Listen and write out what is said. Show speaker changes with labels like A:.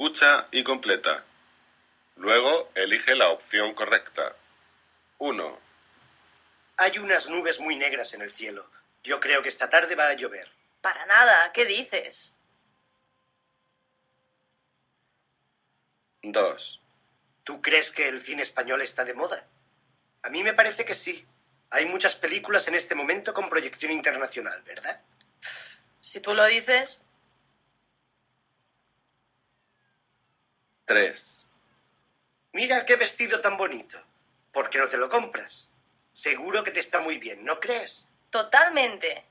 A: Escucha y completa. Luego elige la opción correcta. 1,
B: Hay unas nubes muy negras en el cielo. Yo creo que esta tarde va a llover.
C: Para nada, ¿qué dices?
A: 2,
B: ¿Tú crees que el cine español está de moda? A mí me parece que sí. Hay muchas películas en este momento con proyección internacional, ¿verdad?
C: Si tú lo dices,
A: 3,
B: Mira qué vestido tan bonito. ¿Por qué no te lo compras? Seguro que te está muy bien, ¿no crees?
C: totalmente.